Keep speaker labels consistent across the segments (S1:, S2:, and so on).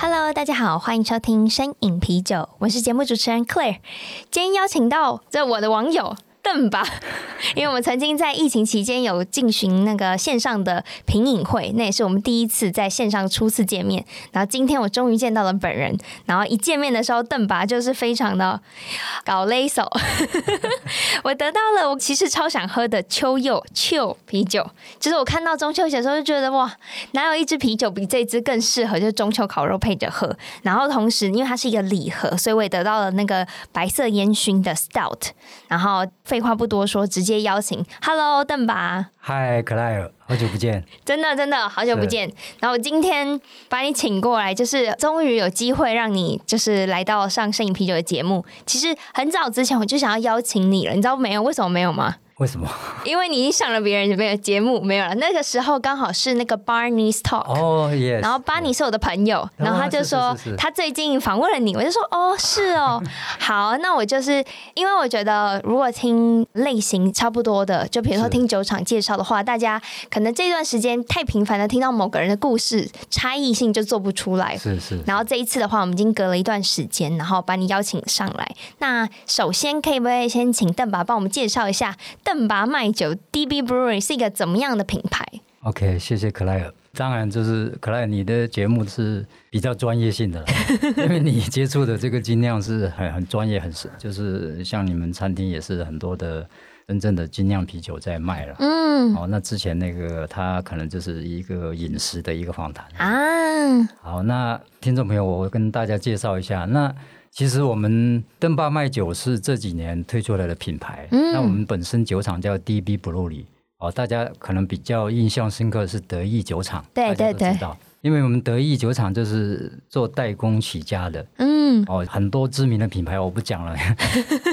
S1: Hello，大家好，欢迎收听《深饮啤酒》，我是节目主持人 Claire。今天邀请到这我的网友邓吧， 因为我们曾经在疫情期间有进行那个线上的品饮会，那也是我们第一次在线上初次见面。然后今天我终于见到了本人，然后一见面的时候，邓吧就是非常的搞勒手， 我得到了我其实超想喝的秋柚秋啤酒，就是我看到中秋节的时候就觉得哇，哪有一支啤酒比这支更适合，就是中秋烤肉配着喝。然后同时，因为它是一个礼盒，所以我也得到了那个白色烟熏的 stout。然后废话不多说，直接邀请 Hello 邓吧，
S2: 嗨，克莱尔，好久不见。
S1: 真的真的好久不见。然后我今天把你请过来，就是终于有机会让你就是来到上摄影啤酒的节目。其实很早之前我就想要邀请你了，你知道没有？为什么没有吗？
S2: 为什么？
S1: 因为你已经上了别人的节目，没有了。那个时候刚好是那个 Barney's Talk。
S2: 哦，也。
S1: 然后巴尼是我的朋友，然后他就说
S2: 哦是是是是
S1: 他最近访问了你，我就说哦是 哦，好，那我就是因为我觉得如果听类型差不多的，就比如说
S2: 是
S1: 听酒厂介绍的话，大家可能这段时间太频繁的听到某个人的故事，差异性就做不出来。
S2: 是是，
S1: 然后这一次的话，我们已经隔了一段时间，然后把你邀请上来。那首先可以不可以先请邓爸帮我们介绍一下邓爸卖酒 DB Brewery 是一个怎么样的品牌？
S2: OK，谢谢克莱尔。当然，就是克莱尔，你的节目是比较专 业性的了，因为你接触的这个精酿是很很专业，很是就是像你们餐厅也是很多的真正的精酿啤酒在卖了。
S1: 嗯
S2: 哦，那之前那个他可能就是一个饮食的一个访谈。
S1: 啊，
S2: 好，那听众朋友，我跟大家介绍一下。那其实我们邓爸卖酒是这几年推出来的品牌。
S1: 嗯
S2: 那我们本身酒厂叫 DB b r u e r y 哦，大家可能比较印象深刻是德意酒厂，
S1: 对
S2: 大
S1: 对
S2: 家都
S1: 对
S2: 知道，因为我们德意酒厂就是做代工起家的。
S1: 嗯
S2: 哦，很多知名的品牌我不 讲了，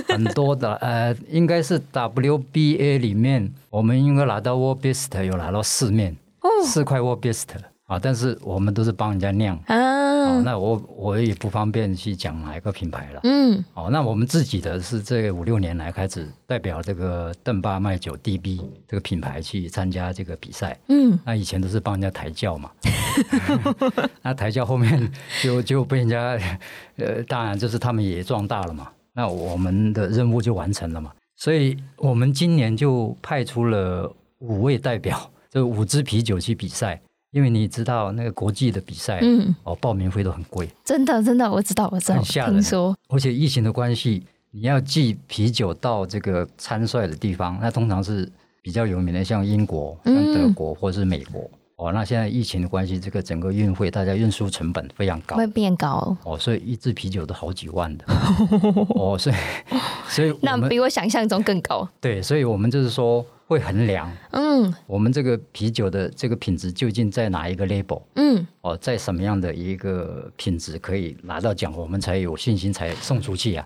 S2: 很多的呃，应该是 WBA 里面，我们应该拿到 World Best 有拿到四面，
S1: 哦
S2: 四块 World Best 啊，但是我们都是帮人家酿。哦，
S1: 啊，
S2: 那我我也不方便去讲哪一个品牌了。
S1: 嗯
S2: 哦，那我们自己的是这五六年来开始代表这个邓爸卖酒 DB 这个品牌去参加这个比赛。
S1: 嗯，
S2: 那以前都是帮人家抬轿 嘛，那抬轿后面就就被人家，呃，当然就是他们也壮大了嘛，那我们的任务就完成了嘛，所以我们今年就派出了五位代表，这五支啤酒去比赛，因为你知道那个国际的比赛，
S1: 嗯，
S2: 哦，报名费都很贵，
S1: 真的真的，我知道我知道，
S2: 很吓人
S1: 听说
S2: 而且疫情的关系，你要寄啤酒到这个参赛的地方，那通常是比较有名的，像英国、像
S1: 嗯
S2: 德国或是美国。哦，那现在疫情的关系，这个整个运费，大家运输成本非常高
S1: 会。变高，
S2: 哦，所以一支啤酒都好 几万的。哦，所以所以我
S1: 那
S2: 们
S1: 比我想象中更高。
S2: 对，所以我们就是说会衡量
S1: 嗯
S2: 我们这个啤酒的这个品质究竟在哪一个 label。
S1: 嗯
S2: 哦，在什么样的一个品质可以拿到奖，我们才有信心才送出去啊？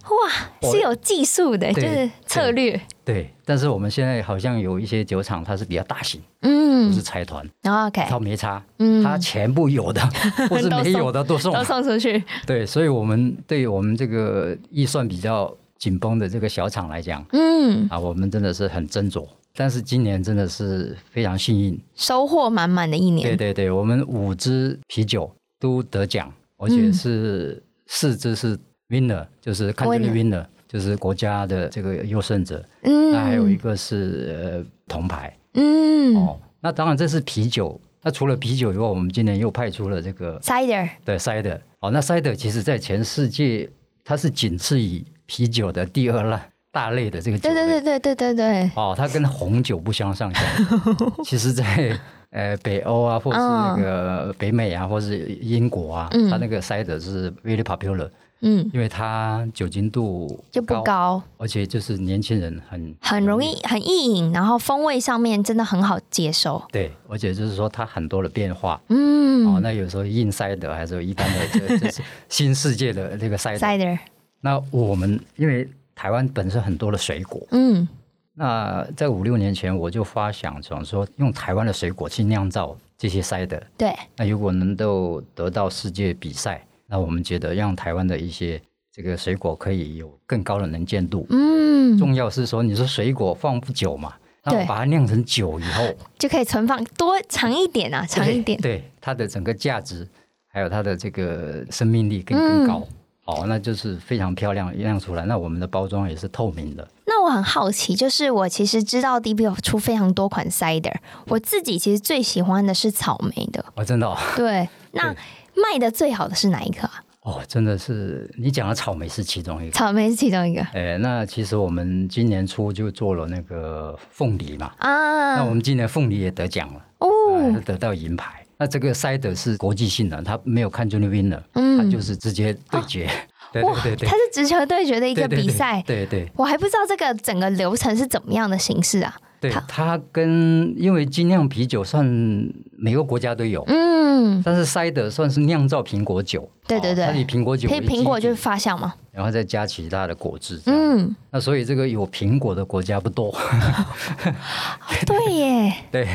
S1: 哇，是有技术的，就
S2: 对
S1: 是策略。
S2: 对，但是我们现在好像有一些酒厂，它是比较大型，不
S1: 嗯
S2: 是财团，
S1: ，OK，
S2: 它没差，
S1: 嗯
S2: 它全 部有的或是没有的都送。
S1: 都送出去。
S2: 对，所以我们对我们这个预算比较紧绷的这个小厂来讲
S1: 嗯，
S2: 啊，我们真的是很斟酌。但是今年真的是非常幸运，
S1: 收获满满的一
S2: 对
S1: 年。
S2: 对对，我们五支啤酒都得奖，
S1: 嗯
S2: 而且是四支是 winner，、就是 country
S1: Winner
S2: winner，就是国家的这个优胜者。那还有一
S1: 嗯
S2: 个是呃铜牌。
S1: 嗯
S2: 哦，那当然这是啤酒。那除了啤酒以外，我们今年又派出了这个
S1: ，cider，
S2: 对 cider。哦，那 cider 其实在全世界它是仅次于啤酒的第二大大类的这个酒
S1: 对
S2: 类。
S1: 对对对对对对，
S2: 哦，它跟红酒不 相上下。其实在，呃北欧
S1: 嗯
S2: 啊，或是那个北美啊，或是英国啊，它那个 cider 是 very popular，
S1: 嗯，
S2: 因为它酒精度
S1: 就不，高，
S2: 而且就是年轻人很
S1: 很容
S2: 嗯
S1: 易很易饮，然后风味上面真的很好接受。
S2: 对，而且就是说它很多的变化。哦，
S1: 嗯
S2: 那有时候硬塞的，还是有一般的，这这是新世界的那个塞的。
S1: ，cider，
S2: 那我们因为台湾本身很多的水果，
S1: 嗯
S2: 那在五六年前我就发想想说，用台湾的水果去酿造这些塞的，
S1: 对，
S2: 那如果能够得到世界比赛，那我们觉得让台湾的一些这个水果可以有更高的能见度。
S1: 嗯，
S2: 重要是说，你说水果放不久嘛，那
S1: 对
S2: 我把它酿成酒以后，
S1: 就可以存放多长一点啊，长一点。
S2: 对对它的整个价值，还有它的这个生命力更更高。
S1: 嗯
S2: 哦，那就是非常漂亮酿出来。那我们的包装也是透明的，
S1: 那我很好奇，就是我其实知道 DB 有出非常多款 cider，我自己其实最喜欢的是草莓的。
S2: 哦，真的哦，
S1: 对，那卖的最好的是哪一个、啊？
S2: 哦真的是你讲的草莓是其中一个。
S1: 草莓是其中一个
S2: 呃，那其实我们今年初就做了那个凤梨嘛，那
S1: 啊。
S2: 我们今年凤梨也得奖了。
S1: 哦，
S2: 啊，得到银牌。那这个塞德是国际性的，他没有看 j u n i winner，他
S1: 嗯，
S2: 就是直接对决。对
S1: 哇，
S2: 对对对，
S1: 它是直球对决的一
S2: 一
S1: 个比赛。
S2: 对对
S1: 我还不知道这个整个流程是怎么样的形式啊。
S2: 对
S1: 他，
S2: 他跟因为精酿啤酒算每个国家都有，
S1: 嗯，
S2: 但是塞德算是酿造苹果酒。
S1: 对对对
S2: 它以苹果酒
S1: 可
S2: 为
S1: 以
S2: 基
S1: 苹果
S2: 底
S1: 就是发酵嘛。
S2: 然后再加其他的果汁。嗯，
S1: 嗯，
S2: 那所以这个有苹果的国家不多。
S1: 对耶，
S2: 对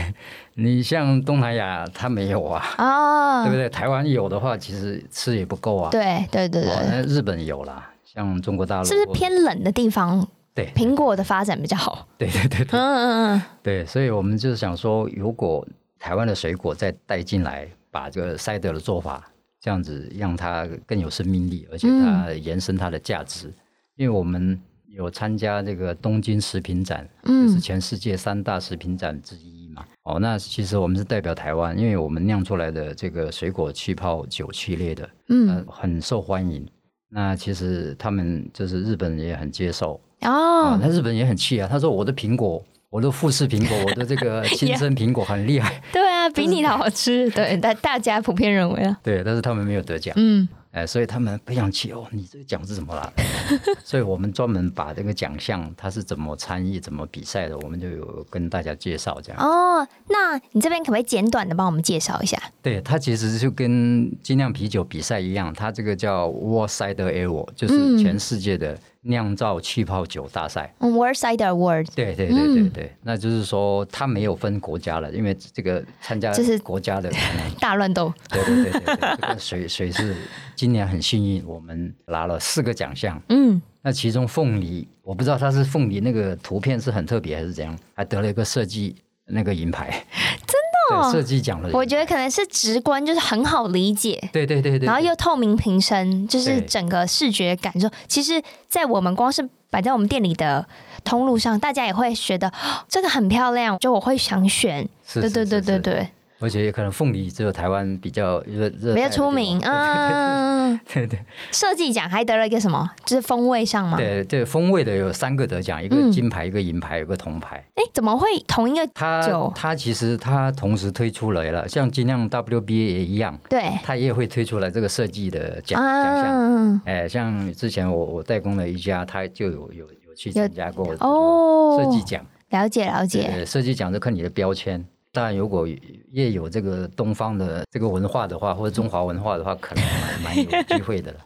S2: 你像东南亚，它没有啊，
S1: 啊，
S2: 对不对？台湾有的话，其实吃也不够啊。
S1: 对对对
S2: 哦，
S1: 对，
S2: 那日本有啦，像中国大陆
S1: 是不是
S2: 或者
S1: 偏冷的地方
S2: 对
S1: 苹果的发展比较好？
S2: 对对对对
S1: 嗯嗯嗯，
S2: 对，所以我们就是想说，如果台湾的水果再带进来，把这个塞德的做法这样子，让它更有生命力，而
S1: 嗯
S2: 且它延伸它的价值。因为我们有参加这个东京食品展，
S1: 嗯
S2: 就是全世界三大食品展之一嘛。哦，那其实我们是代表台湾，因为我们酿出来的这个水果气泡酒系列的，
S1: 嗯
S2: 呃，很受欢迎。那其实他们就是日本也很接受，啊
S1: 哦，，
S2: 那日本也很气啊，他说我的苹果，我的富士苹果， 我的这个亲生苹果很厉害，
S1: 对啊，比你的好 吃，对，大大家普遍认为啊，
S2: 对，但是他们没有得奖，
S1: 嗯，
S2: 哎，所以他们非常气哦，你这个奖是怎么来的？ 所以我们专门把这个奖项它是怎么参与、怎么比赛的，我们就有跟大家介绍这样。
S1: 哦，那你这边可不可以简短的帮我们介绍一下？
S2: 对，它其实就跟精酿啤酒比赛一样，它这个叫 World Cider Award，就是全世界的酿造气泡酒大赛。
S1: 嗯，World 嗯 Cider Award
S2: 对对对对对，那就是说它没有分国家了，因为这个参加
S1: 就是
S2: 国家的可能，
S1: 大乱斗，
S2: 对对对对对，这个水水是今年很幸运，我们拿了四个奖项，
S1: 嗯，
S2: 那其中凤梨，我不知道它是凤梨那个图片是很特别还是怎样，还得了一个设计那个银牌，真
S1: 哦
S2: 设计奖了，
S1: 我觉得可能是直观，就是很好理解。
S2: 对对对对，
S1: 然后又透明瓶身，就是
S2: 对
S1: 整个视觉感受。其实，在我们光是摆在我们店里的通路上，大家也会觉得哦这个很漂亮，就我会想选。
S2: 是
S1: 对对对对，
S2: 是是是
S1: 对，
S2: 而且也可能凤梨只有台湾比较热热
S1: 比较
S2: 带的地
S1: 出
S2: 方
S1: 名。嗯，
S2: 对对
S1: 设计奖还得了一个什么？就是风味上嘛。
S2: 对对，风味的有三个得奖，一
S1: 嗯
S2: 个金牌，一个银牌，一个铜牌。
S1: 哎，怎么会同一个？
S2: 它
S1: 酒
S2: 它其实它同时推出来了，像精酿 WBA 也一样，
S1: 对
S2: 它也会推出来这个设计的奖奖项。
S1: 啊，
S2: 哎，像之前我我代工的一家，它就有有有去参加过这个
S1: 哦
S2: 设计奖。
S1: 了解了解。
S2: 对，设计奖是看你的标签。当然，如果也有这个东方的这个文化的话，或者中华文化的话，可能还蛮有机 会的了。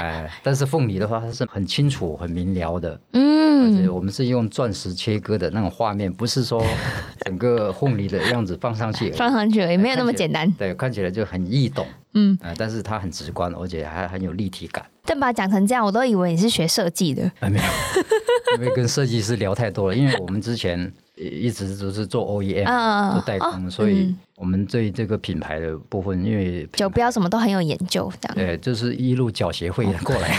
S2: 哎，但是凤梨的话，它是很清楚、很明了的，而且
S1: 嗯，
S2: 我们是用钻石切割的那种画面，不是说整个凤梨的样子放上 去而已，
S1: 放上去也没有那么简单。
S2: 对，看起来就很易懂，
S1: 嗯，
S2: 呃，但是它很直观，而且还很有立体感。
S1: 但把它讲成这样，我都以为你是学设计的。
S2: 啊，没有， 因为跟设计师聊太多了，因为我们之前 呃一直都是做 E OEM
S1: 啊
S2: 做代工，所以我们对这个品牌的部分，因为
S1: 酒标什么都很有研究，这样。
S2: 呃就是一路缴协会
S1: 哦
S2: 过来，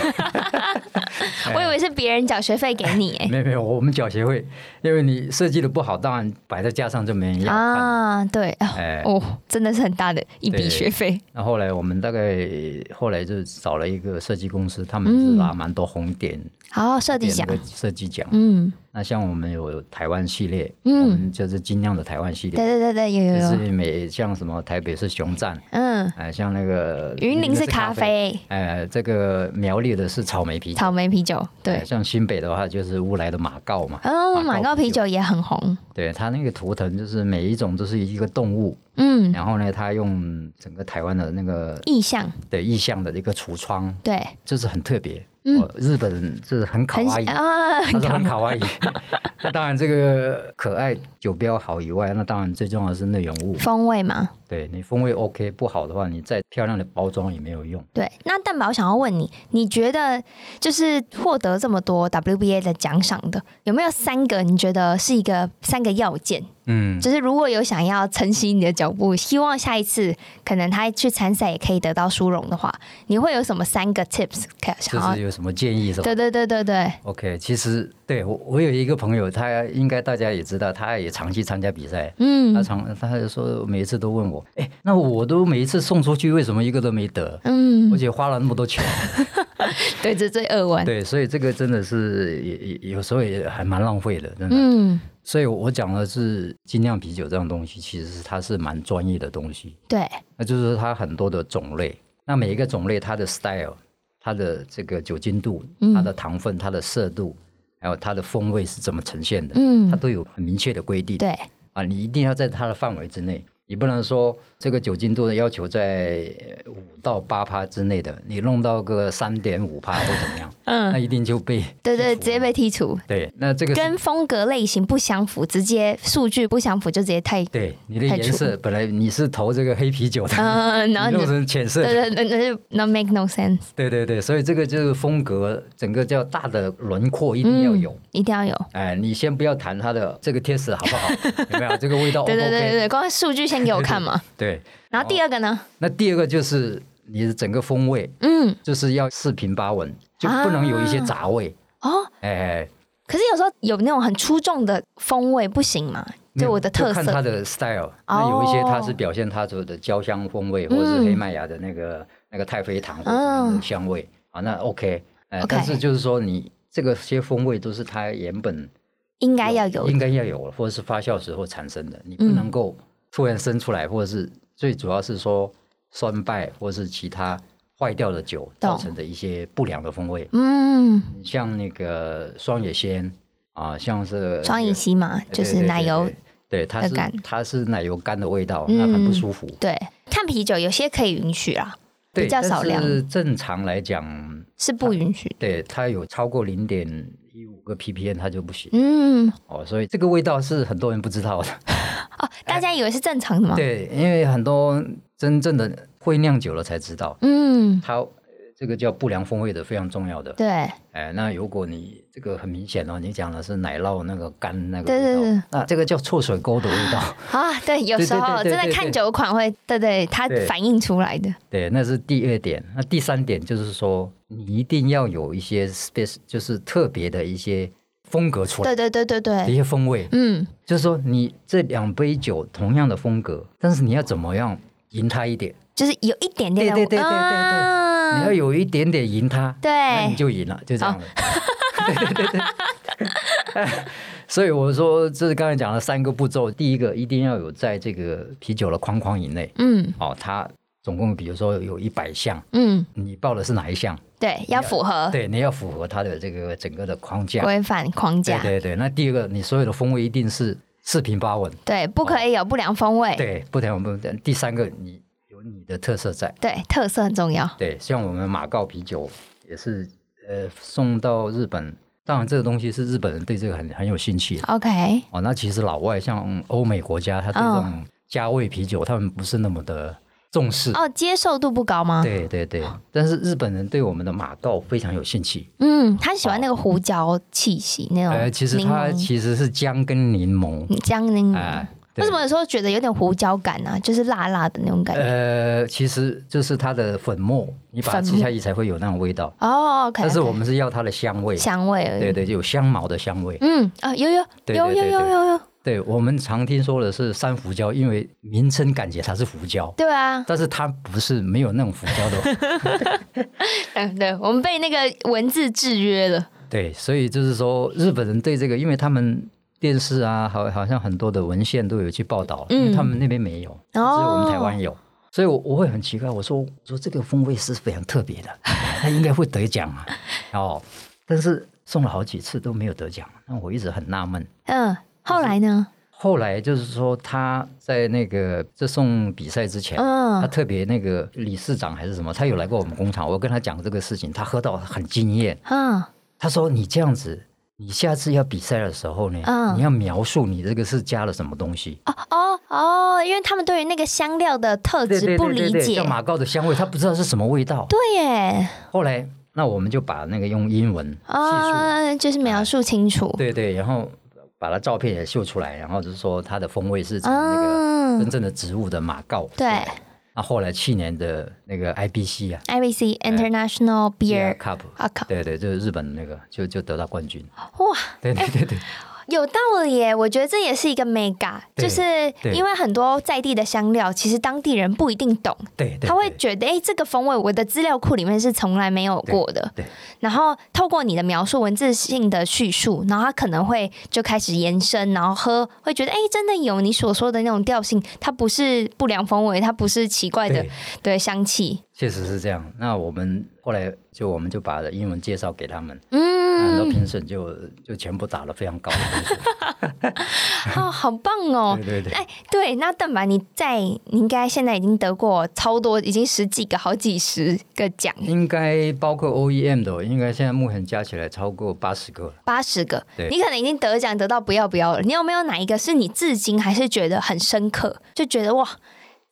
S1: 我以为是别人缴学费给你哎、
S2: 没有没有，我们缴协会，因为你设计的不好，当然摆在架上就没人要看了。
S1: 啊，对，啊
S2: 哎
S1: 哦，真的是很大的一笔
S2: 对
S1: 学费，
S2: 那后来我们大概后来就找了一个设计公司，他们是拿蛮多红点
S1: 嗯好设计
S2: 点
S1: 奖
S2: 那，个设计奖，
S1: 嗯，
S2: 那像我们有台湾系列，
S1: 嗯
S2: 我们就是精酿的台湾系
S1: 对
S2: 列，
S1: 对对对，有有
S2: 就是
S1: 有，
S2: 每像什么台北是熊站，
S1: 嗯，
S2: 哎、像那个
S1: 云林是咖，啡，
S2: 哎，这个苗栗的是草莓啤酒，
S1: 草莓啤酒，
S2: 哎
S1: 对，
S2: 像新北的话就是乌来的马告嘛，
S1: 嗯，马
S2: 马
S1: 告
S2: 告啤酒
S1: 啤酒也很红，
S2: 对，它那个图腾就是每一种都是一个动物，
S1: 嗯，
S2: 然后呢，它用整个台湾的那个
S1: 意象，
S2: 对意象的一个橱窗，
S1: 对，
S2: 就是很特别。
S1: 嗯
S2: 哦，日本就是很卡
S1: 很
S2: 哇伊，
S1: 啊，
S2: 他是很卡哇伊。 那当然，这个可爱酒标好以外，那当然最重要的是内容物。
S1: 风味嘛，
S2: 对你风味 OK 不好的话，你再漂亮的包装也没有用。
S1: 对。那蛋宝想要问你，你觉得就是获得这么多 WBA 的奖赏的，有没有三个你觉得是一个三个要件？
S2: 嗯，
S1: 就是如果有想要承袭你的脚步，希望下一次可能他去参赛也可以得到殊荣的话，你会有什么三个 tips 可
S2: 就
S1: 想
S2: 是
S1: 要？
S2: 有什么建议是吧
S1: 对对对对对，
S2: ？OK，其实对我我有一个朋友，他应该大家也知道，他也长期参加比赛。他
S1: 嗯
S2: 常他就说每一次都问我，哎、那我都每一次送出去，为什么一个都没得？而
S1: 嗯，
S2: 且花了那么 多钱，
S1: 对，这最恶闻。
S2: 对，所以这个真的是也也有时候也还蛮浪费的，真的。
S1: 嗯，
S2: 所以我讲的是精酿啤酒这样东西，其实是它是蛮专业的东西，
S1: 对，
S2: 那就是说它很多的种类，那每一个种类它的 style、它的这个酒精度、
S1: 嗯
S2: 它的糖分、它的色度，还有它的风味是怎么呈现的，它
S1: 嗯，
S2: 都有很明确的规定。
S1: 对，
S2: 啊，你一定要在它的范围之内，你不能说这个酒精度的要求在五到八趴之内的，你弄到个三点五趴或怎么样，那
S1: 嗯，
S2: 一定就被
S1: 对对，
S2: 剔除
S1: 直接被剔除，
S2: 对。那这个是
S1: 跟风格类型不相符，直接数据不相符就直接太，
S2: 对你的
S1: 排
S2: 颜
S1: 除
S2: 色，本来你是投这个黑啤酒的，
S1: 嗯，然后
S2: 你弄
S1: 你
S2: 成浅色
S1: 对
S2: 的，
S1: 对对，那就 no make no sense，
S2: 对对对，所以这个就是风格，整个叫大的轮廓一定要有。
S1: 嗯一定要有。
S2: 哎，你先不要谈它的这个 taste 好 不好，有没有这个味道 O 不
S1: 对
S2: OK？哦
S1: 对对对对，光数据先给我看 嘛。
S2: 对
S1: 然后第二个呢？
S2: 那第二个就是你的整个风味，
S1: 嗯，
S2: 就是要四平八稳，就不能有一些杂味。
S1: 啊哦，
S2: 哎，
S1: 可是有时候有那种很出众的风味不行嘛，
S2: 没
S1: 就
S2: 有
S1: 我的特
S2: 看它
S1: 色。哦
S2: 的 style，那有一些它是表现它所谓的焦香风
S1: 嗯
S2: 味，或者是黑麦芽的那个那个太妃糖或者什么样的香味啊，那 OK，哎
S1: OK，
S2: 但是就是说你这个些风味都是它原本
S1: 应该要有
S2: 应该要有，或者是发酵时候产生的，你不能够突然生出来，或者是最主要是说酸败，或者是其他坏掉的酒
S1: 懂
S2: 造成的一些不良的风味。
S1: 嗯，
S2: 像那个双野仙啊，像是
S1: 双乙
S2: 那个
S1: 烯嘛，
S2: 对
S1: 就是奶油。
S2: 对对对对，它
S1: 的
S2: 是
S1: 感
S2: 它是奶油干的味道，那很不
S1: 嗯
S2: 舒服。
S1: 对，看啤酒有些可以允许啦，
S2: 对
S1: 比较
S2: 但
S1: 少量
S2: 是正常来讲，
S1: 是不允许。
S2: 对它有超过零点一五个 ppm 它就不行、
S1: 嗯，
S2: 哦，所以这个味道是很多人不知道的。
S1: 哦，大家以为是正常的嘛？
S2: 对，因为很多真正的会酿酒了才知道，
S1: 嗯，
S2: 它这个叫不良风味的非常重要的。
S1: 对，
S2: 哎，那如果你这个很明显哦，你讲的是奶酪那个干那个
S1: 对对
S2: 味道，
S1: 对
S2: 那这个叫臭水沟的味道。
S1: 啊，对，有时候
S2: 对对对对
S1: 真的
S2: 对
S1: 看酒款会，对对，它
S2: 对
S1: 反映出来的。
S2: 对，那是第二点。那第三点就是说，你一定要有一些 space，就是特别的一些风格出来
S1: 对对对对
S2: 的一
S1: 对，
S2: 些风味。
S1: 嗯，
S2: 就是说，你这两杯酒同样的风格，但是你要怎么样赢它一点？
S1: 就是有一点点的，
S2: 对对对对对对你要
S1: 啊
S2: 有一点点赢它，那你
S1: 对，哦
S2: 就赢了，就这样了。 对对对对。 所以我说，这是刚才讲的三个步骤。第一个，一定要有在这个啤酒的框框以内。
S1: 嗯
S2: 哦，它总共比如说有一百项，
S1: 嗯，
S2: 你报的是哪一项？
S1: 对，要符合
S2: 对，你要符合它的这个整个的框架。
S1: 规范框
S2: 对
S1: 架，
S2: 对对，那第二个，你所有的风味一定是四平八稳。
S1: 对，不可以有不良风味。
S2: 对，不然我们第三个，你有你的特色在。
S1: 对，特色很重要。
S2: 对，像我们马告啤酒也是，呃，送到日本。当然，这个东西是日本人对这个很很有兴趣的
S1: OK，
S2: 哦。那其实老外像欧美国家，他对这种加味啤酒，他们不是那么的重视。
S1: 嗯哦，接受度不高吗？
S2: 对对对，但是日本人对我们的马告非常有兴趣。
S1: 嗯，他喜欢那个胡椒气息，那哦种柠
S2: 呃，
S1: 檬，
S2: 其实它其实是姜跟柠檬。
S1: 嗯姜柠檬
S2: 啊。
S1: 为
S2: 对
S1: 什么有时候觉得有点胡椒感啊？就是辣辣的那种感觉。
S2: 呃，其实就是它的粉末，你把它
S1: 粉
S2: 吃下去才会有那种味道。
S1: 哦，OK，
S2: 呃但是我们是要它的香味，
S1: 香味而已。
S2: 对对，有香茅的香味。
S1: 嗯啊，有有
S2: 对对
S1: 有有
S2: 对
S1: 有
S2: 对
S1: 有有，
S2: 对我们常听说的是山胡椒，因为名称感觉它是胡椒，
S1: 对 啊，
S2: 但是它不是没有那种胡椒的。
S1: 嗯，对，我们被那个文字制约了。
S2: 对，所以就是说，日本人对这个，因为他们电视啊，好好像很多的文献都有去报道，因为他们那边没有，只有我们台湾有。所以我，我会很奇怪，我说我说这个风味是非常特别的， 他应该会得奖啊。哦，但是送了好几次都没有得奖，那我一直很纳闷。
S1: 嗯，后来呢？
S2: 后来就是说，他在那个这送比赛之前，
S1: 嗯
S2: 他特别那个理事长还是什么，他有来过我们工厂，我跟他讲这个事情，他喝到很惊艳。
S1: 嗯，
S2: 他说：“你这样子，你下次要比赛的时候呢，
S1: 嗯
S2: 你要描述你这个是加了什么东西。
S1: 哦哦哦，因为他们对于那个香料的特
S2: 对
S1: 质
S2: 对
S1: 不
S2: 对
S1: 理
S2: 对对，
S1: 解
S2: 像，马告的香味，他不知道是什么味道。
S1: 对耶，
S2: 后来，那我们就把那个用英文叙述，
S1: 啊，就是描述清楚，
S2: 对对，然后把它照片也秀出来，然后就是说它的风味是从那个真
S1: 嗯，
S2: 正的植物的马告。
S1: 对
S2: 那后来去年的那个 IBC 啊
S1: ，IBC International Beer
S2: Cup，
S1: 啊靠，
S2: 对对，就是日本那个就就得到冠军。
S1: 哇，哎
S2: 对对对对
S1: 有道理耶！我觉得这也是一个 mega，
S2: 对
S1: 就是
S2: 对
S1: 因为很多在地的香料，其实当地人不一定懂，
S2: 对对对，
S1: 他会觉得哎、诶这个风味我的资料库里面是从来没有过的。
S2: 对对
S1: 然后透过你的描述、文字性的叙述，然后他可能会就开始延伸，然后喝会觉得哎、诶真的有你所说的那种调性，它不是不良风味，它不是奇怪的
S2: 对
S1: 对香 气。
S2: 确实是这样。那我们后来就我们就把英文介绍给他们，那很多
S1: 嗯，
S2: 评审就就全部打了非常高的分数。
S1: 哦，好棒哦！
S2: 对对对，
S1: 哎，对，那邓白，你在你应该现在已经得过超多，已经十几个、好几十个奖，
S2: 应该包括 OEM 的，应该现在目前加起来超过八十个了。
S1: 八十个，
S2: 对
S1: 你可能已经得奖得到不要不要了。你有没有哪一个是你至今还是觉得很深刻，就觉得哇，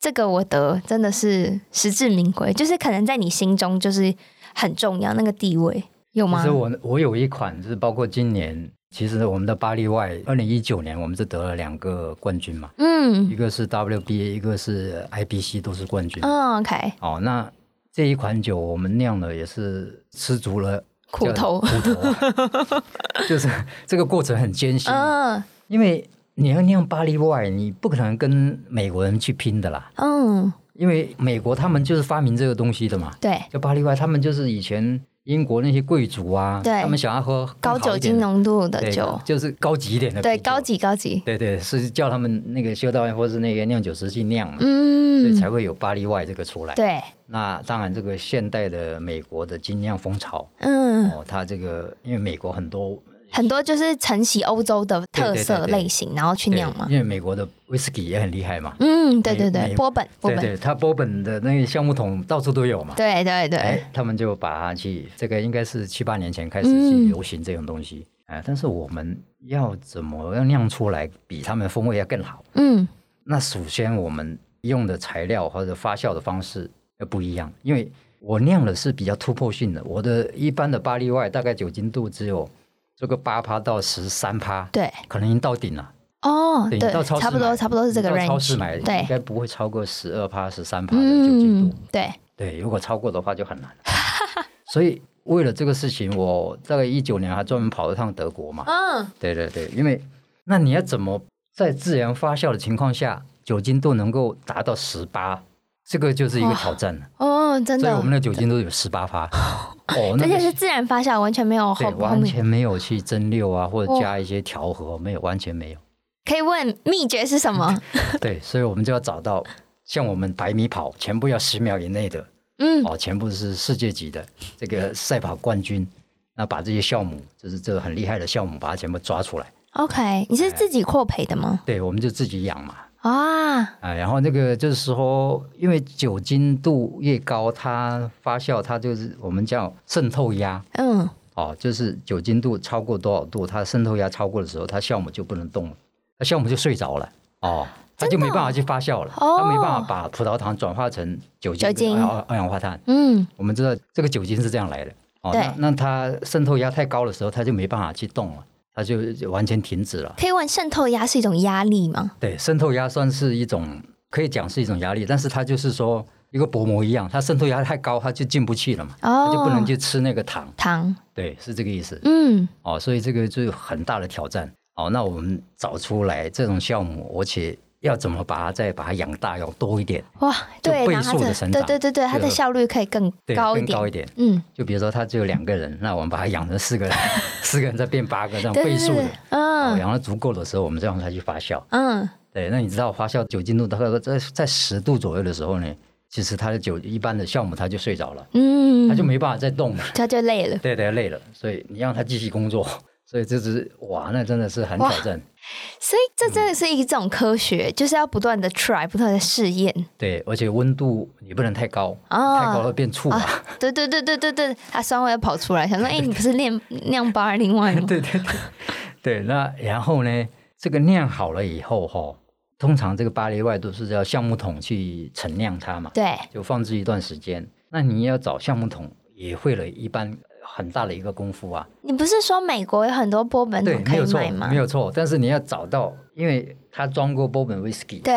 S1: 这个我得真的是实至名归，就是可能在你心中就是很重要那个地位，有
S2: 其
S1: 吗
S2: 实？我我有一款就是包括今年，其实我们的巴黎外，二零一九年我们是得了两个冠军嘛，
S1: 嗯
S2: 一个是 WBA，一个是 IBC 都是冠军。
S1: 嗯，OK，
S2: 哦，那这一款酒我们酿的也是吃足了
S1: 苦头
S2: 苦头 啊，就是这个过程很艰辛啊、
S1: 嗯
S2: 因为你要酿巴黎 wine，你不可能跟美国人去拼的啦，
S1: 嗯，
S2: 因为美国他们就是发明这个东西的嘛。
S1: 对，
S2: 叫巴黎 wine，他们就是以前英国那些贵族啊，
S1: 对
S2: 他们想要喝更
S1: 高
S2: 好
S1: 酒
S2: 一点
S1: 精浓度
S2: 的
S1: 的
S2: 对
S1: 酒，
S2: 就是高级一点的
S1: 对，
S2: 啤酒
S1: 高，级高级，
S2: 对对，是叫他们那个修道院或是那个酿酒师去酿嘛，所以
S1: 嗯，
S2: 才会有巴黎 wine 这个出来。
S1: 对，
S2: 那当然，这个现代的美国的精酿风潮
S1: 嗯。
S2: 哦，它这个因为美国很多
S1: 很多就是承袭欧洲的特色类型，然后去
S2: 对
S1: 酿嘛。
S2: 因为美国的 whisky 也很厉害嘛，
S1: 嗯，对对对，
S2: 美
S1: 波本，波
S2: 对
S1: 本，
S2: 对，它波本的那个橡木桶到处都有嘛。
S1: 对对对，
S2: 哎，他们就把它去，这个应该是七八年前开始
S1: 嗯
S2: 去流行这种东西，哎，但是我们要怎么样酿出来比他们风味要更好？
S1: 嗯
S2: 那首先我们用的材料或者发酵的方式要不一样，因为我酿的是比较突破性的，我的一般的巴黎外大概酒精度只有这个八趴到十三趴，
S1: 对，
S2: 可能已经到顶了。
S1: 哦，
S2: 对，
S1: 对
S2: 你到超，市
S1: 差不多
S2: 买
S1: 差不多是这个
S2: 你到超市
S1: range，
S2: 买应
S1: 对，
S2: 该不会超过十二趴、十三趴的酒精
S1: 嗯
S2: 度。，
S1: 对，
S2: 对，如果超过的话就很难。 所以为了这个事情，我大概一九年还专门跑了趟德国嘛。
S1: 嗯
S2: 对对对，因为那你要怎么在自然发酵的情况下，酒精度能够达到十八，这个就是一个挑战了。
S1: 哦，真
S2: 所以我们
S1: 的，
S2: 的酒精度有十 八趴，
S1: 这
S2: 哦，那
S1: 些
S2: 个
S1: 是自然发酵，完全没有后
S2: 对，
S1: 后
S2: 完
S1: 面。
S2: 全没有去蒸馏啊，或者
S1: 哦
S2: 加一些调和，没有，完全没有。
S1: 可以问秘诀是什 么？
S2: 对，所以我们就要找到像我们百米跑，全部要十秒以内的，
S1: 嗯
S2: 哦，全部是世界级的这个赛跑冠军。那把这些酵母，就是这个很厉害的酵母，把它全部抓出来。
S1: ，OK，你是自己扩培的吗？
S2: 对，我们就自己养嘛，
S1: 啊，
S2: 啊，然后那个就是说，因为酒精度越高，它发酵它就是我们叫渗透压
S1: 嗯，
S2: 哦，就是酒精度超过多少度，它渗透压超过的时候，它酵母就不能动了，它酵母就睡着了哦，它就没办法去发酵了，
S1: 哦
S2: 它没办法把葡萄糖转化成酒精
S1: 酒精
S2: 跟二二氧化碳。
S1: 嗯，
S2: 我们知道这个酒精是这样来的哦，
S1: 对
S2: 那那它渗透压太高的时候，它就没办法去动了，它就就完全停止了。
S1: 可以问渗透压是一种压力吗？
S2: 对，渗透压算是一种，可以讲是一种压力，但是它就是说一个薄膜一样，它渗透压太高，它就进不去了嘛，它
S1: 哦，
S2: 就不能去吃那个糖。
S1: 糖，
S2: 对，是这个意思。
S1: 嗯
S2: 哦，所以这个就有很大的挑战。哦，那我们找出来这种酵母，而且要怎么把它再把它养大，要多一点，
S1: 哇，
S2: 就
S1: 对，
S2: 倍
S1: 然后
S2: 数
S1: 它
S2: 的
S1: 的
S2: 成
S1: 对
S2: 长
S1: 对对对，它的
S2: 就
S1: 效率可以更
S2: 对，
S1: 高一
S2: 更
S1: 点，
S2: 高一点。
S1: 嗯，
S2: 就比如说他只有两个人，那我们把它养成四个人， 四个人再变八个，这样
S1: 对
S2: 倍
S1: 对
S2: 数
S1: 对
S2: 的哦
S1: 对。，嗯
S2: 养到足够的时候，我们这样才去发酵。
S1: 嗯，
S2: 对，那你知道发酵酒精度大概在在十度左右的时候呢，其实它的酒一般的酵母它就睡着了，
S1: 嗯，
S2: 它就没办法再动了，
S1: 它就累了。
S2: 对对，累了，所以你让它继续工作，所以这只哇，那真的是很
S1: 哇
S2: 挑战。
S1: 所以这真的是一种科学，就是要不断的 try，不断的试验。
S2: 对，而且温度你不能太高，
S1: 啊
S2: 太高会变醋啊。
S1: 对对对对对对，它酸味要跑出来，想说，哎、你不是练酿八二零外吗？
S2: 对对对对，那然后呢，这个酿好了以后哈、通常这个巴黎外都是要橡木桶去陈酿它嘛，
S1: 对，
S2: 就放置一段时间。那你要找橡木桶，也会了一般很大的一个功夫啊。
S1: 你不是说美国有很多波本
S2: 对，
S1: 桶可
S2: 没有
S1: 以
S2: 错
S1: 买，吗
S2: 没？有错。但是你要找到，因为他装过 bourbon whisky，
S1: 对，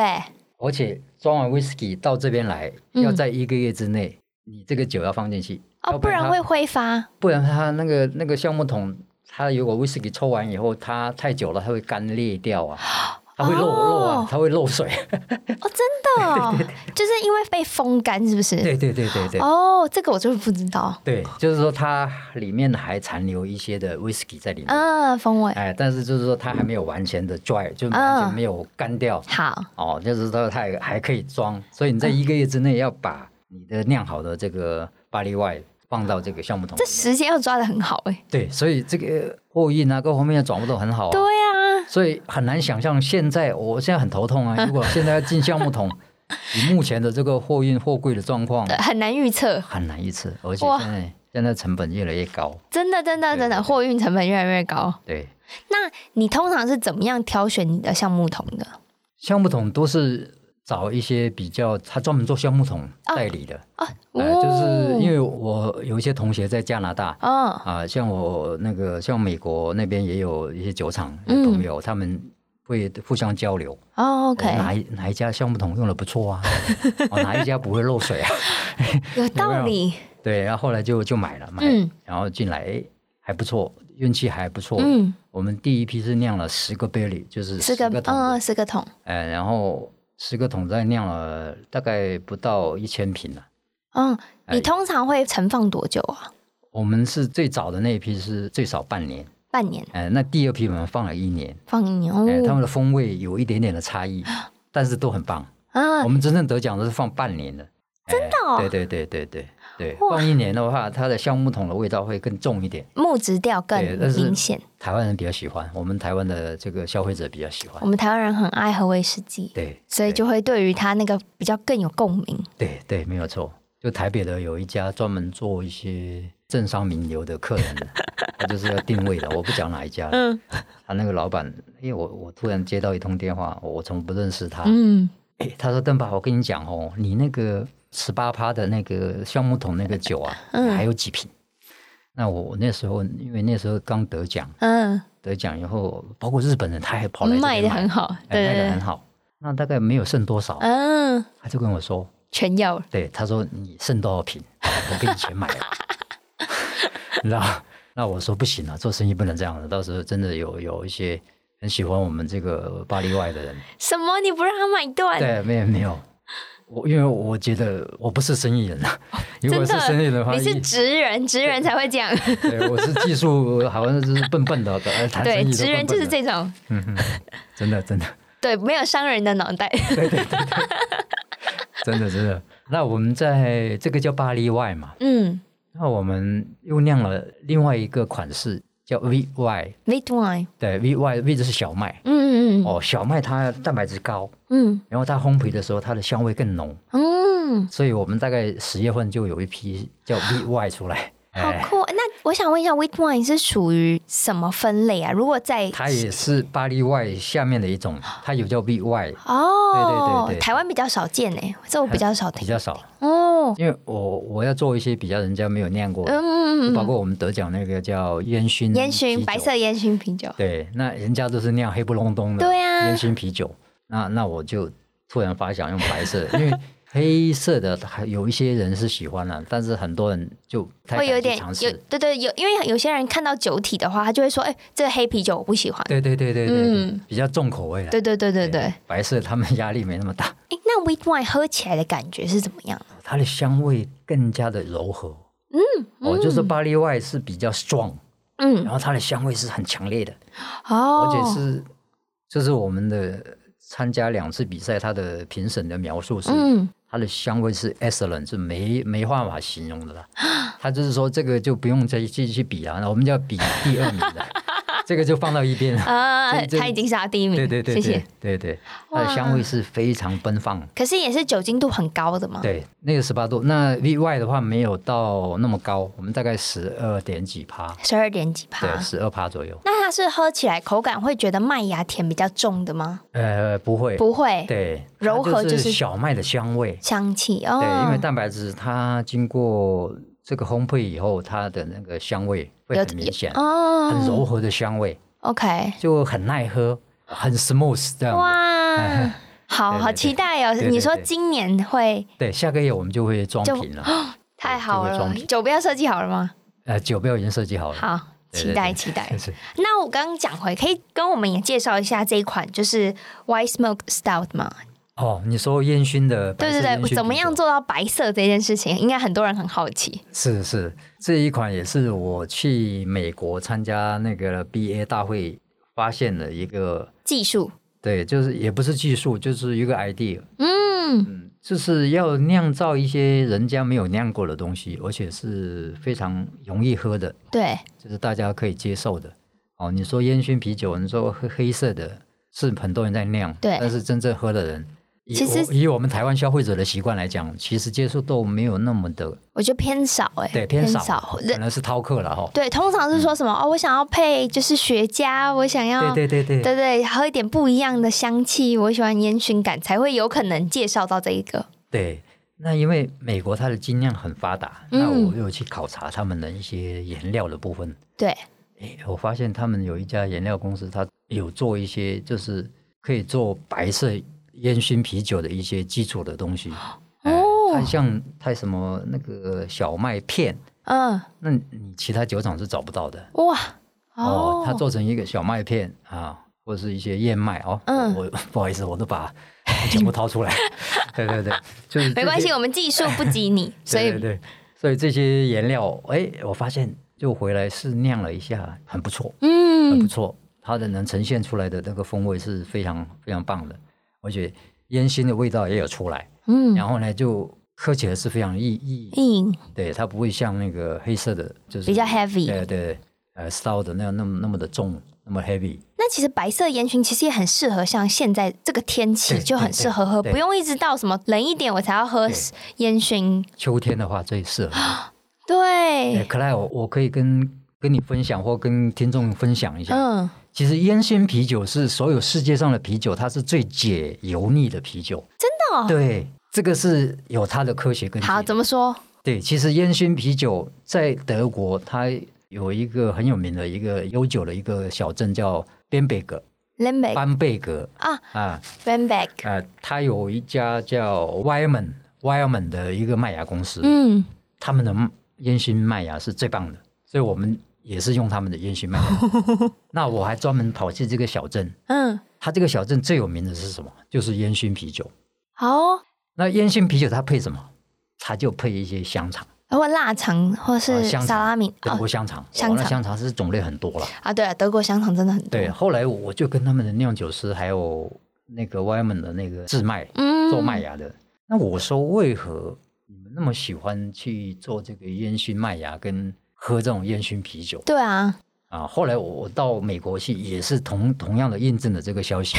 S2: 而且装完 whisky 到这边来，
S1: 嗯
S2: 要在一个月之内，你这个酒要放进去，
S1: 哦，
S2: 要
S1: 不然
S2: 它
S1: 会挥发。
S2: 不然它那个那个橡木桶，它如果威士忌抽完以后，它太久了，它会干裂 掉啊，它会漏、漏
S1: 哦
S2: 啊，它会漏水。
S1: 哦，真的哦，就是因为被风干，是不是？
S2: 对对对对对、
S1: 哦，这个我就是不知道。
S2: 对，就是说它里面还残留一些的威士忌在里面，
S1: 嗯，风味
S2: 哎，但是就是说它还没有完全的 dry，就
S1: 嗯
S2: 完全没有干掉。
S1: 好，
S2: 哦，就是说它还还可以装，所以你在
S1: 嗯
S2: 一个月之内要把你的酿好的这个巴黎外放到这个橡木桶里
S1: 这
S2: 面。
S1: 时间要抓的很好哎、
S2: 对，所以这个货运啊各方面的掌握都很好啊。
S1: 对啊，
S2: 所以很难想象现在，我现在很头 痛啊！如果现在要进橡木桶，以目前的这个货运货柜的状况，
S1: 对很难预测，
S2: 很难一次，而且
S1: 哇
S2: 现在现在成本越来越高。
S1: 真的，真的，
S2: 对
S1: 真
S2: 对
S1: 的，
S2: 对
S1: 货运成本越来越高。
S2: 对，
S1: 那你通常是怎么样挑选你的橡木桶的？
S2: 橡木桶都是找一些比较他专门做橡木桶
S1: 啊
S2: 代理的，哎就是因
S1: 为，
S2: 为我有一些同学在加拿大。
S1: 嗯，
S2: 啊、像我那个，像美国那边也有一些酒厂的
S1: 嗯
S2: 朋友，他们会互相交流，
S1: 哦，OK，
S2: 哦哪一哪一家橡木桶用的 不错啊，哦、哪一家不会漏水啊，
S1: 有道理，
S2: 对，然后后来就就买了，买，
S1: 嗯
S2: 然后进来，哎，还不错，运气还不错。
S1: 嗯，
S2: 我们第一批是酿了十个 barley，就是
S1: 四
S2: 十
S1: 个
S2: 个，桶
S1: 嗯，
S2: 子，
S1: 四个桶，
S2: 哎，然后十个桶再酿了大概不到一千瓶了。
S1: 嗯，
S2: 哎
S1: 你通常会存放多久啊？
S2: 我们是最早的那一批是最少半年，
S1: 半年
S2: 哎，那第二批我们放了一年，
S1: 放一年
S2: 哎，他
S1: 哦，
S2: 们的风味有一点点的 差异，但是都很棒。
S1: 啊
S2: 我，们真正得奖的是放半年的，真的、
S1: 哦
S2: 对对对对对对，
S1: 哇
S2: 放一年的话，它的橡木桶的味道会更重一点。
S1: 木质调更
S2: 对但是
S1: 明显。
S2: 台湾人比较喜欢，我们台湾的这个消费者比较喜欢
S1: 我。们台湾人很爱喝威士忌，
S2: 对，
S1: 所以就会对于它那个比较更有共鸣。
S2: 对对，没有错。就台北的有一家专门做一些政商名流的 客人的，他就是要定位的，我不讲哪一家了。
S1: 嗯
S2: 他那个老板，因为我我突然接到一通电话，我我从不认识他，
S1: 嗯，
S2: 诶哎他说邓爸，我跟你讲哦，你那个十八趴的那个橡木桶那个酒啊，
S1: 嗯
S2: 还有几瓶？那我我那时候因为那时候刚得奖，
S1: 嗯，
S2: 得奖以后，包括日本人他还跑来这边
S1: 卖的
S2: 买
S1: 很好，
S2: 哎
S1: 对
S2: 卖的
S1: 对
S2: 很
S1: 对，
S2: 好。那大概没有剩多少，
S1: 嗯，
S2: 他就跟我说，
S1: 全要了，
S2: 对，他说你剩多少瓶， 我给你钱买了。 你知道？那我说不行啊，做生意不能这样的，到时候真的有有一些很喜欢我们这个巴黎外的人，
S1: 什么？你不让他买断？
S2: 对，没有没有。我因为我觉得我不是生意人啊， 如果是生意人的话，
S1: 哦你是
S2: 一
S1: 职人，职人才会这样。
S2: 对，我是技术，好像就是笨笨的，呃谈生
S1: 对，
S2: 意都
S1: 职人
S2: 笨
S1: 就是
S2: 笨的，嗯
S1: 这种，
S2: 真的真的。
S1: 对，没有商人的脑袋。
S2: 真的真的。那我们在这个叫巴黎 Y 嘛，
S1: 嗯
S2: 那我们又酿了另外一个款式叫 VY，
S1: v i t wine，
S2: 对 VY V 就是小麦
S1: 嗯嗯
S2: 哦，小麦它蛋白质高，
S1: 嗯
S2: 然后它烘焙的时候它的香味更浓，
S1: 嗯，
S2: 所以我们大概十月份就有一批叫 VY 出来。
S1: 好酷。那我想问一下 w i t wine 是属于什么分类啊？如果在
S2: 它也是巴黎 Y 下面的一种，
S1: 啊
S2: 它有叫 VY，
S1: 哦，
S2: 对对对对
S1: 台湾比较少见哎，这我比较少
S2: 比
S1: 听
S2: 较少，
S1: 哦。
S2: 因为我我要做一些比较人家没有酿过的，
S1: 嗯嗯嗯
S2: 包括我们得奖那个叫烟熏
S1: 嗯，烟
S2: 啤
S1: 熏
S2: 酒
S1: 白色烟熏啤酒，
S2: 对，那人家都是酿黑不隆咚的，
S1: 对啊
S2: 烟熏啤酒。那那我就突然发想用白色，因为黑色的还有一些人是喜欢了、但是很多人就不太
S1: 会有
S2: 敢
S1: 点
S2: 去尝
S1: 有
S2: 试。
S1: 对对有，因为有些人看到酒体的话，他就会说：“哎、这个黑啤酒我不喜欢。
S3: 对对对对对，
S1: 嗯
S3: 比较重口味了。”
S1: 对对对对对。哎、
S2: 白色他们压力没那么大，
S1: 那 wheat wine 喝起来的感觉是怎么样？啊
S2: 它的香味更加的柔和。嗯，我、就是巴黎外是比较 strong，
S1: 嗯，
S2: 然后它的香味是很强烈的，
S1: 哦，
S2: 而且是就是我们的参加两次比赛，它的评审的描述是，
S1: 嗯
S2: 它的香味是 excellent，是没没办法形 容的啦。他就是说这个就不用再继续比啊，我们就要比第二名 的，这个就放到一边 了。
S1: 啊、
S2: 这这
S1: 他已经是他第一名，
S2: 对对
S1: 谢
S2: 对对
S1: 谢。
S2: 对对，它的香味是非常奔放。
S1: 可是也是酒精度很高的嘛。
S2: 对，那个十八度，那 V Y 的话没有到那么高，我们大概十二点几趴，
S1: 十二点几趴
S2: 对，。十二趴左右。
S1: 那它是喝起来口感会觉得麦芽甜比较重的吗？
S2: 呃，不会，
S1: 不会，
S2: 对，
S1: 柔
S2: 它
S1: 和
S2: 就
S1: 就是
S2: 小麦的香味。
S1: 香气哦。
S2: 对，因为蛋白质它经过这个烘焙以后，它的那个香味会
S1: 有
S2: 很明显，
S1: 哦，
S2: 很柔和的香味，
S1: OK，
S2: 就很耐喝，很 smooth 这样子。
S1: 哇， 好
S2: 对对
S1: 好
S2: 对
S1: 期待哦！
S2: 对对
S1: 你说
S2: 对
S1: 今年会
S2: 对，下个月我们就会装
S1: 就哦
S2: 瓶了，
S1: 太好
S2: 这个
S1: 了
S2: 装，瓶
S1: 酒标设计好了吗？
S2: 呃，酒标已经设计好了。
S1: 好，
S2: 对
S1: 期
S2: 对
S1: 待
S2: 对
S1: 期待
S2: 就。是
S1: 那我刚刚讲回，可以跟我们也介绍一下这一款就是 White Smoke Stout 吗？
S2: 哦，你说烟熏的，
S1: 对对
S2: 白色烟熏
S1: 对，怎么
S2: 啤
S1: 样
S2: 酒？
S1: 做到白色这件事情，应该很多人很好奇。
S2: 是是，这一款也是我去美国参加那个 BA 大会发现的一个，
S1: 技术，
S2: 对，就是也不是技术，就是一个 idea。
S1: 嗯，
S2: 就是要酿造一些人家没有酿过的东西，而且是非常容易喝的，
S1: 对，
S2: 就是大家可以接受的。哦，你说烟熏啤酒，你说黑黑色的，是很多人在酿，
S1: 对
S2: 但是真正喝的人，以
S1: 其实
S2: 我以我们台湾消费者的习惯来讲，其实接受度没有那么的，
S1: 我觉得偏少哎、
S2: 对，偏少，可
S1: 人
S2: 能是饕客了哈。
S1: 对，通常是说什么、哦，我想要配就是雪茄，我想要
S2: 对对对对，
S1: 对对，喝一点不一样的香气，我喜欢烟熏感，才会有可能介绍到这一个。
S2: 对。那因为美国它的精酿很发达，那
S1: 嗯
S2: 我有去考察他们的一些原料的部分，
S1: 对，
S2: 诶我发现他们有一家颜料公司，它有做一些就是可以做白色烟熏啤酒的一些基础的东西。
S1: 哦
S2: 它像它什么那个小麦片，
S1: 嗯，
S2: 那你其他酒厂是找不到的。
S1: 哇，
S2: 哦
S1: 哦
S2: 它做成一个小麦片啊，或是一些燕麦哦。
S1: 嗯
S2: 我我 不好意思，我都把全部掏出来。 对对对，就是这些
S1: 没关系， 我们技术不及你，所以
S2: 对对对，所以这些颜料，哎，我发现就回来试酿了一下，很不错。很不
S1: 嗯，
S2: 错，它的能呈现出来的那个风味是非常非常棒的，而且烟熏的味道也有出来，
S1: 嗯，
S2: 然后呢就喝起来是非常易易，
S1: 硬
S2: 对，它不会像那个黑色的，就是
S1: 比较 heavy
S2: 对对对，呃烧的那样那么那么的重，那么 heavy，
S1: 那其实白色烟熏其实也很适合，像现在这个天气
S2: 对
S1: 就很适合喝，
S2: 对对对
S1: 不用一直到什么冷一点我才要喝
S2: 对
S1: 烟熏。
S2: 秋天的话最适合。哎
S1: 啊对，
S2: 克莱，我我可以跟跟你分享或跟听众分享一下，
S1: 嗯，
S2: 其实烟熏啤酒是所有世界上的啤酒，它是最解油腻的啤酒，真
S1: 的哦
S2: 对。这个是有它的科学根据的。
S1: 好，怎么说？
S2: 对，其实烟熏啤酒在德国，它有一个很有名的一个悠久的一个小镇叫边贝格，
S1: l a m b e g
S2: 班贝格
S1: 啊
S2: 啊
S1: l a m b e g
S2: 啊，它有一家叫 Wyman Wyman 的一个麦芽公司，
S1: 嗯，
S2: 他们的烟熏麦芽是最棒的，所以我们也是用他们的烟熏麦 芽。那我还专门跑去这个小镇，
S1: 嗯，
S2: 它这个小镇最有名的是什么？就是烟熏啤酒。
S1: 好哦，
S2: 那烟熏啤酒它配什么？它就配一些香肠。
S1: 或腊肠或
S2: 啊
S1: 是
S2: 香肠
S1: 沙拉米
S2: 德
S1: 哦
S2: 国香肠，哇
S1: 香肠
S2: 那香肠是种类很多了。
S1: 啊，对啊，德国香肠真的很多。
S2: 对，啊后来我就跟他们的酿酒师还有那个 Wyman 的那个制麦
S1: 嗯
S2: 做麦芽的，那我说为何你们那么喜欢去做这个烟熏麦芽跟喝这种烟熏啤酒
S1: 对啊，
S2: 啊？后来我我到美国去也是同同样的印证了这个 消息，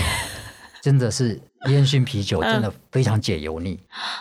S2: 真的是烟熏啤酒真的
S1: 嗯
S2: 非常解油腻，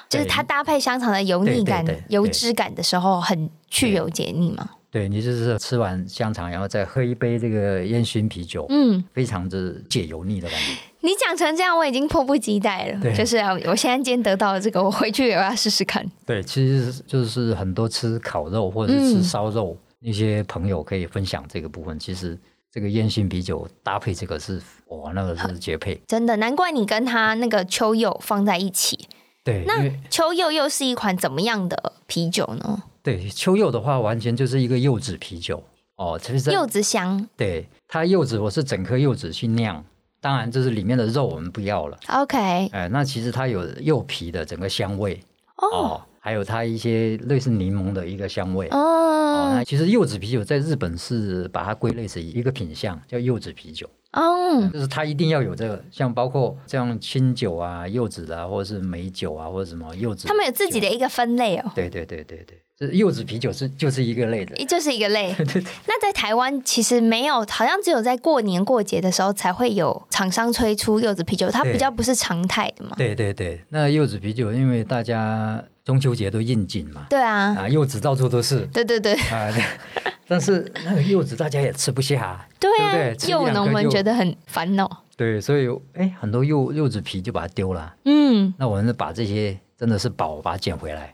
S1: 就是
S2: 对
S1: 它搭配香肠的油腻感
S2: 对对对、
S1: 油脂感的时候，很去油解腻嘛。
S2: 对你就是吃完香肠然后再喝一杯这个烟熏啤酒，
S1: 嗯，
S2: 非常之解油腻的感觉。
S1: 你讲成这样，我已经迫不及待了。
S2: 对
S1: 就是啊，我现在今天得到了这个，我回去也要试试看。
S2: 对，其实是就是很多吃烤肉或者是
S1: 嗯
S2: 吃烧肉、那些朋友可以分享这个部分，其实这个燕兴啤酒搭配这个是哇，那个是绝配。
S1: 真的，难怪你跟他那个秋柚放在一起。
S4: 对，因
S1: 那
S4: 为
S1: 秋柚又是一款怎么样的啤酒呢？
S2: 对，秋柚的话，完全就是一个柚子啤酒哦。其实
S1: 柚子香
S2: 对它柚子，我是整颗柚子去酿，当然就是里面的肉我们不要了。
S1: ，OK，
S2: 哎、那其实它有柚皮的整个香味
S1: 哦，
S2: 哦，还有它一些类似柠檬的一个香味。哦，
S1: 嗯
S2: 那其实柚子啤酒在日本是把它归类成一个品相，叫柚子啤酒，
S1: 嗯，
S2: 就是它一定要有这个，像包括这样清酒啊、柚子啊，或者是美酒啊，或者什么柚子。
S1: 他们有自己的一个分类哦，
S2: 对对对对对，就是柚子啤酒是就是一个类的。
S1: 也就是一个 类。那在台湾其实没有，好像只有在过年过节的时候才会有厂商推出柚子啤酒，它
S2: 对
S1: 比较不是常态的嘛。
S2: 对对对，那柚子啤酒因为大家中秋节都应景嘛，
S1: 对啊，
S2: 啊，柚子到处都是
S1: 对对对
S2: 啊， 但是那个柚子大家也吃不下、啊。对不
S1: 对啊
S2: 对，吃一
S1: 柚
S2: 两
S1: 农
S2: 颗
S1: 们
S2: 就
S1: 觉得很烦恼。
S2: 对，所以哎，很多柚柚子皮就把它丢了啊。
S1: 嗯，
S2: 那我们就把这些真的是宝把它捡回来，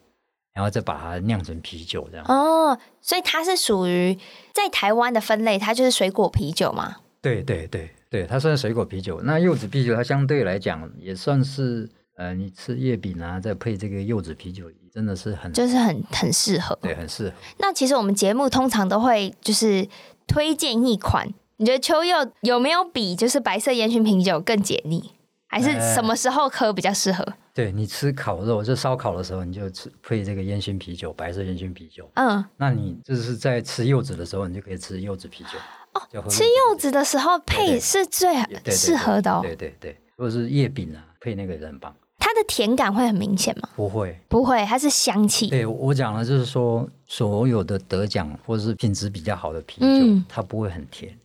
S2: 然后再把它酿成啤酒这样。
S1: 哦，所以它是属于在台湾的分类，它就是水果啤酒嘛。
S2: 对对对对，它算水果啤酒。那柚子啤酒它相对来讲也算是呃，你吃月饼啊，再配这个柚子啤酒，真的是很
S1: 就是很很适合。
S2: 对，很适合。
S1: 那其实我们节目通常都会就是推荐一款，你觉得秋柚有没有比就是白色烟熏啤酒更解腻，还是
S2: 呃
S1: 什么时候喝比较适合？
S2: 对你吃烤肉，就烧烤的时候，你就吃配这个烟熏啤酒，白色烟熏啤酒。
S1: 嗯，
S2: 那你就是在吃柚子的时候，你就可以吃柚子啤酒。哦
S1: 吃柚子的时候
S2: 对
S1: 配
S2: 对
S1: 是最
S2: 也对对
S1: 适合的哦。
S2: 对对对，如果是月饼啊，配那个也很棒。
S1: 它的甜感会很明显吗？
S2: 不会，
S1: 不会，它是香气。
S2: 对我讲的就是说，所有的得奖或者是品质比较好的啤酒，
S1: 嗯
S2: 它不会很 甜，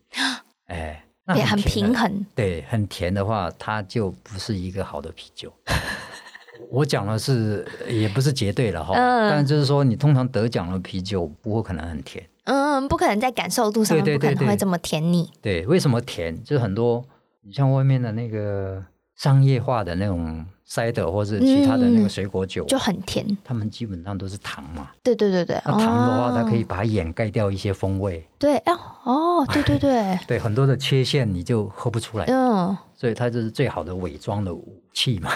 S2: 哎，那
S1: 也很
S2: 甜的
S1: 平。衡，
S2: 对，很甜的话，它就不是一个好的啤酒。 我讲的是，也不是绝对了哈，
S1: 嗯
S2: 但就是说，你通常得奖的啤酒不会可能很甜。
S1: 嗯，不可能在感受度上
S2: 对对
S1: 不可
S2: 对
S1: 能会
S2: 对
S1: 这么甜腻，
S2: 对，为什么甜？就是很多你像外面的那个商业化的那种塞的，或是其他的那
S1: 嗯
S2: 个水果酒，
S1: 就很甜。
S2: 他们基本上都是糖嘛。
S1: 对对对对，
S2: 那糖的话，它可以
S1: 哦
S2: 把它掩盖掉一些风味，
S1: 对哦哦，对对对，
S2: 对很多的缺陷你就喝不出来，
S1: 嗯，
S2: 所以它就是最好的伪装的武器嘛。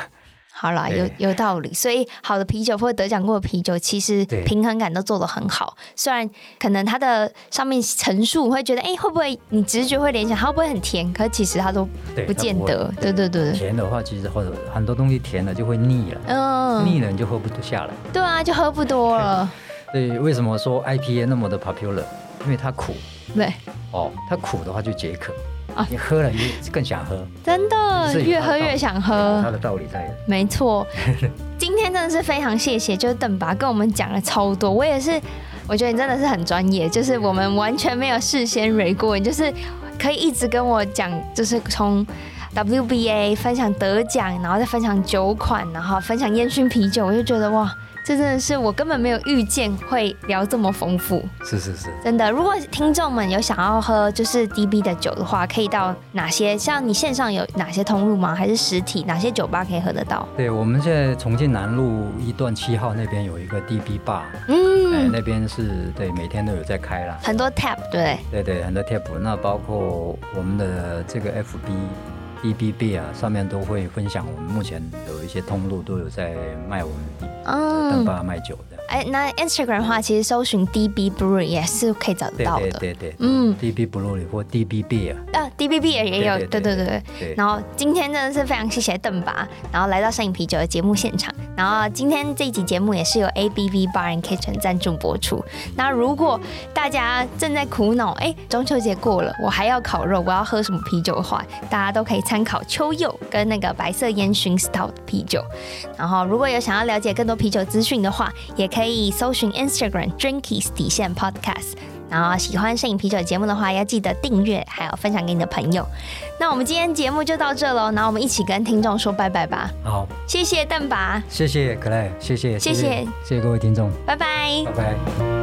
S1: 好啦，有
S2: 对
S1: 有道理。所以好的啤酒或者得奖过的啤酒，其实
S2: 对
S1: 平衡感都做得很好。虽然可能它的上面陈述会觉得，哎、会不会你直觉会联想它会不会很甜？可其实它都
S2: 对
S1: 不见得。对对对对，
S2: 甜的话，其实或者很多东西甜了就会腻了，
S1: 嗯，
S2: 腻了你就喝不下来。
S1: 对啊，就喝不多了。
S2: 所以为什么说 IPA 那么的 popular？因为它苦
S1: 对，
S2: 哦，它苦的话就解渴
S1: 啊
S2: 你喝了你更想喝，
S1: 真的
S2: 是有
S1: 越喝
S2: 它的道理
S1: 越想
S2: 有
S1: 喝
S2: 它。的道理在。
S1: 没错，今天真的是非常谢谢，就是邓爸跟我们讲了超多，我也是，我觉得你真的是很专业，就是我们完全没有事先蕊过，你就是可以一直跟我讲，就是从。WBA 分享得奖，然后再分享酒款，然后分享烟熏啤酒，我就觉得哇，这真的是我根本没有预见会聊这么丰富。
S2: 是是是，
S1: 真的，如果听众们有想要喝就是 DB 的酒的话，可以到哪些？像你线上有哪些通路吗？还是实体哪些酒吧可以喝得到？
S2: 对我们现在重庆南路一段七号那边有一个 DB bar，哎、
S1: 嗯，
S2: 那边是对每天都有在开啦。
S1: 很多 tap 对不对，
S2: 对对，很多 tap，那包括我们的这个 FB、BBB 啊，上面都会分享。我们目前有一些通路都有在卖我们的
S1: 嗯，
S2: 邓爸卖酒的。
S1: 哎，那 Instagram 的话，其实搜寻 DB Brew 也是可以找得
S2: 对
S1: 到
S2: 对
S1: 的。
S2: 对对，
S1: 嗯
S2: ，DB Blue 或 DBB 啊，
S1: 啊，DBB 也有，对
S2: 对
S1: 对
S2: 对对
S1: 对。
S2: 对，
S1: 然后今天真的是非常谢谢邓爸，然后来到摄影啤酒的节目现场。然后今天这一集节目也是由 ABV Bar and Kitchen 赞助播出。那如果大家正在苦恼，哎，中秋节过了，我还要烤肉，我要喝什么啤酒的话，大家都可以参考秋柚跟那个白色烟熏 Stout 的啤酒。然后如果有想要了解更多啤酒资讯的话，也可以搜寻 Instagram Drinkies 底线 Podcast。然后喜欢摄影啤酒节目的话，要记得订阅，还有分享给你的朋友。那我们今天节目就到这喽，然后我们一起跟听众说拜拜吧。
S2: 好，
S1: 谢谢邓爸，
S2: 谢谢克莱，谢谢，
S1: 谢谢
S2: 谢谢各位听众，
S1: 拜拜
S2: 拜拜。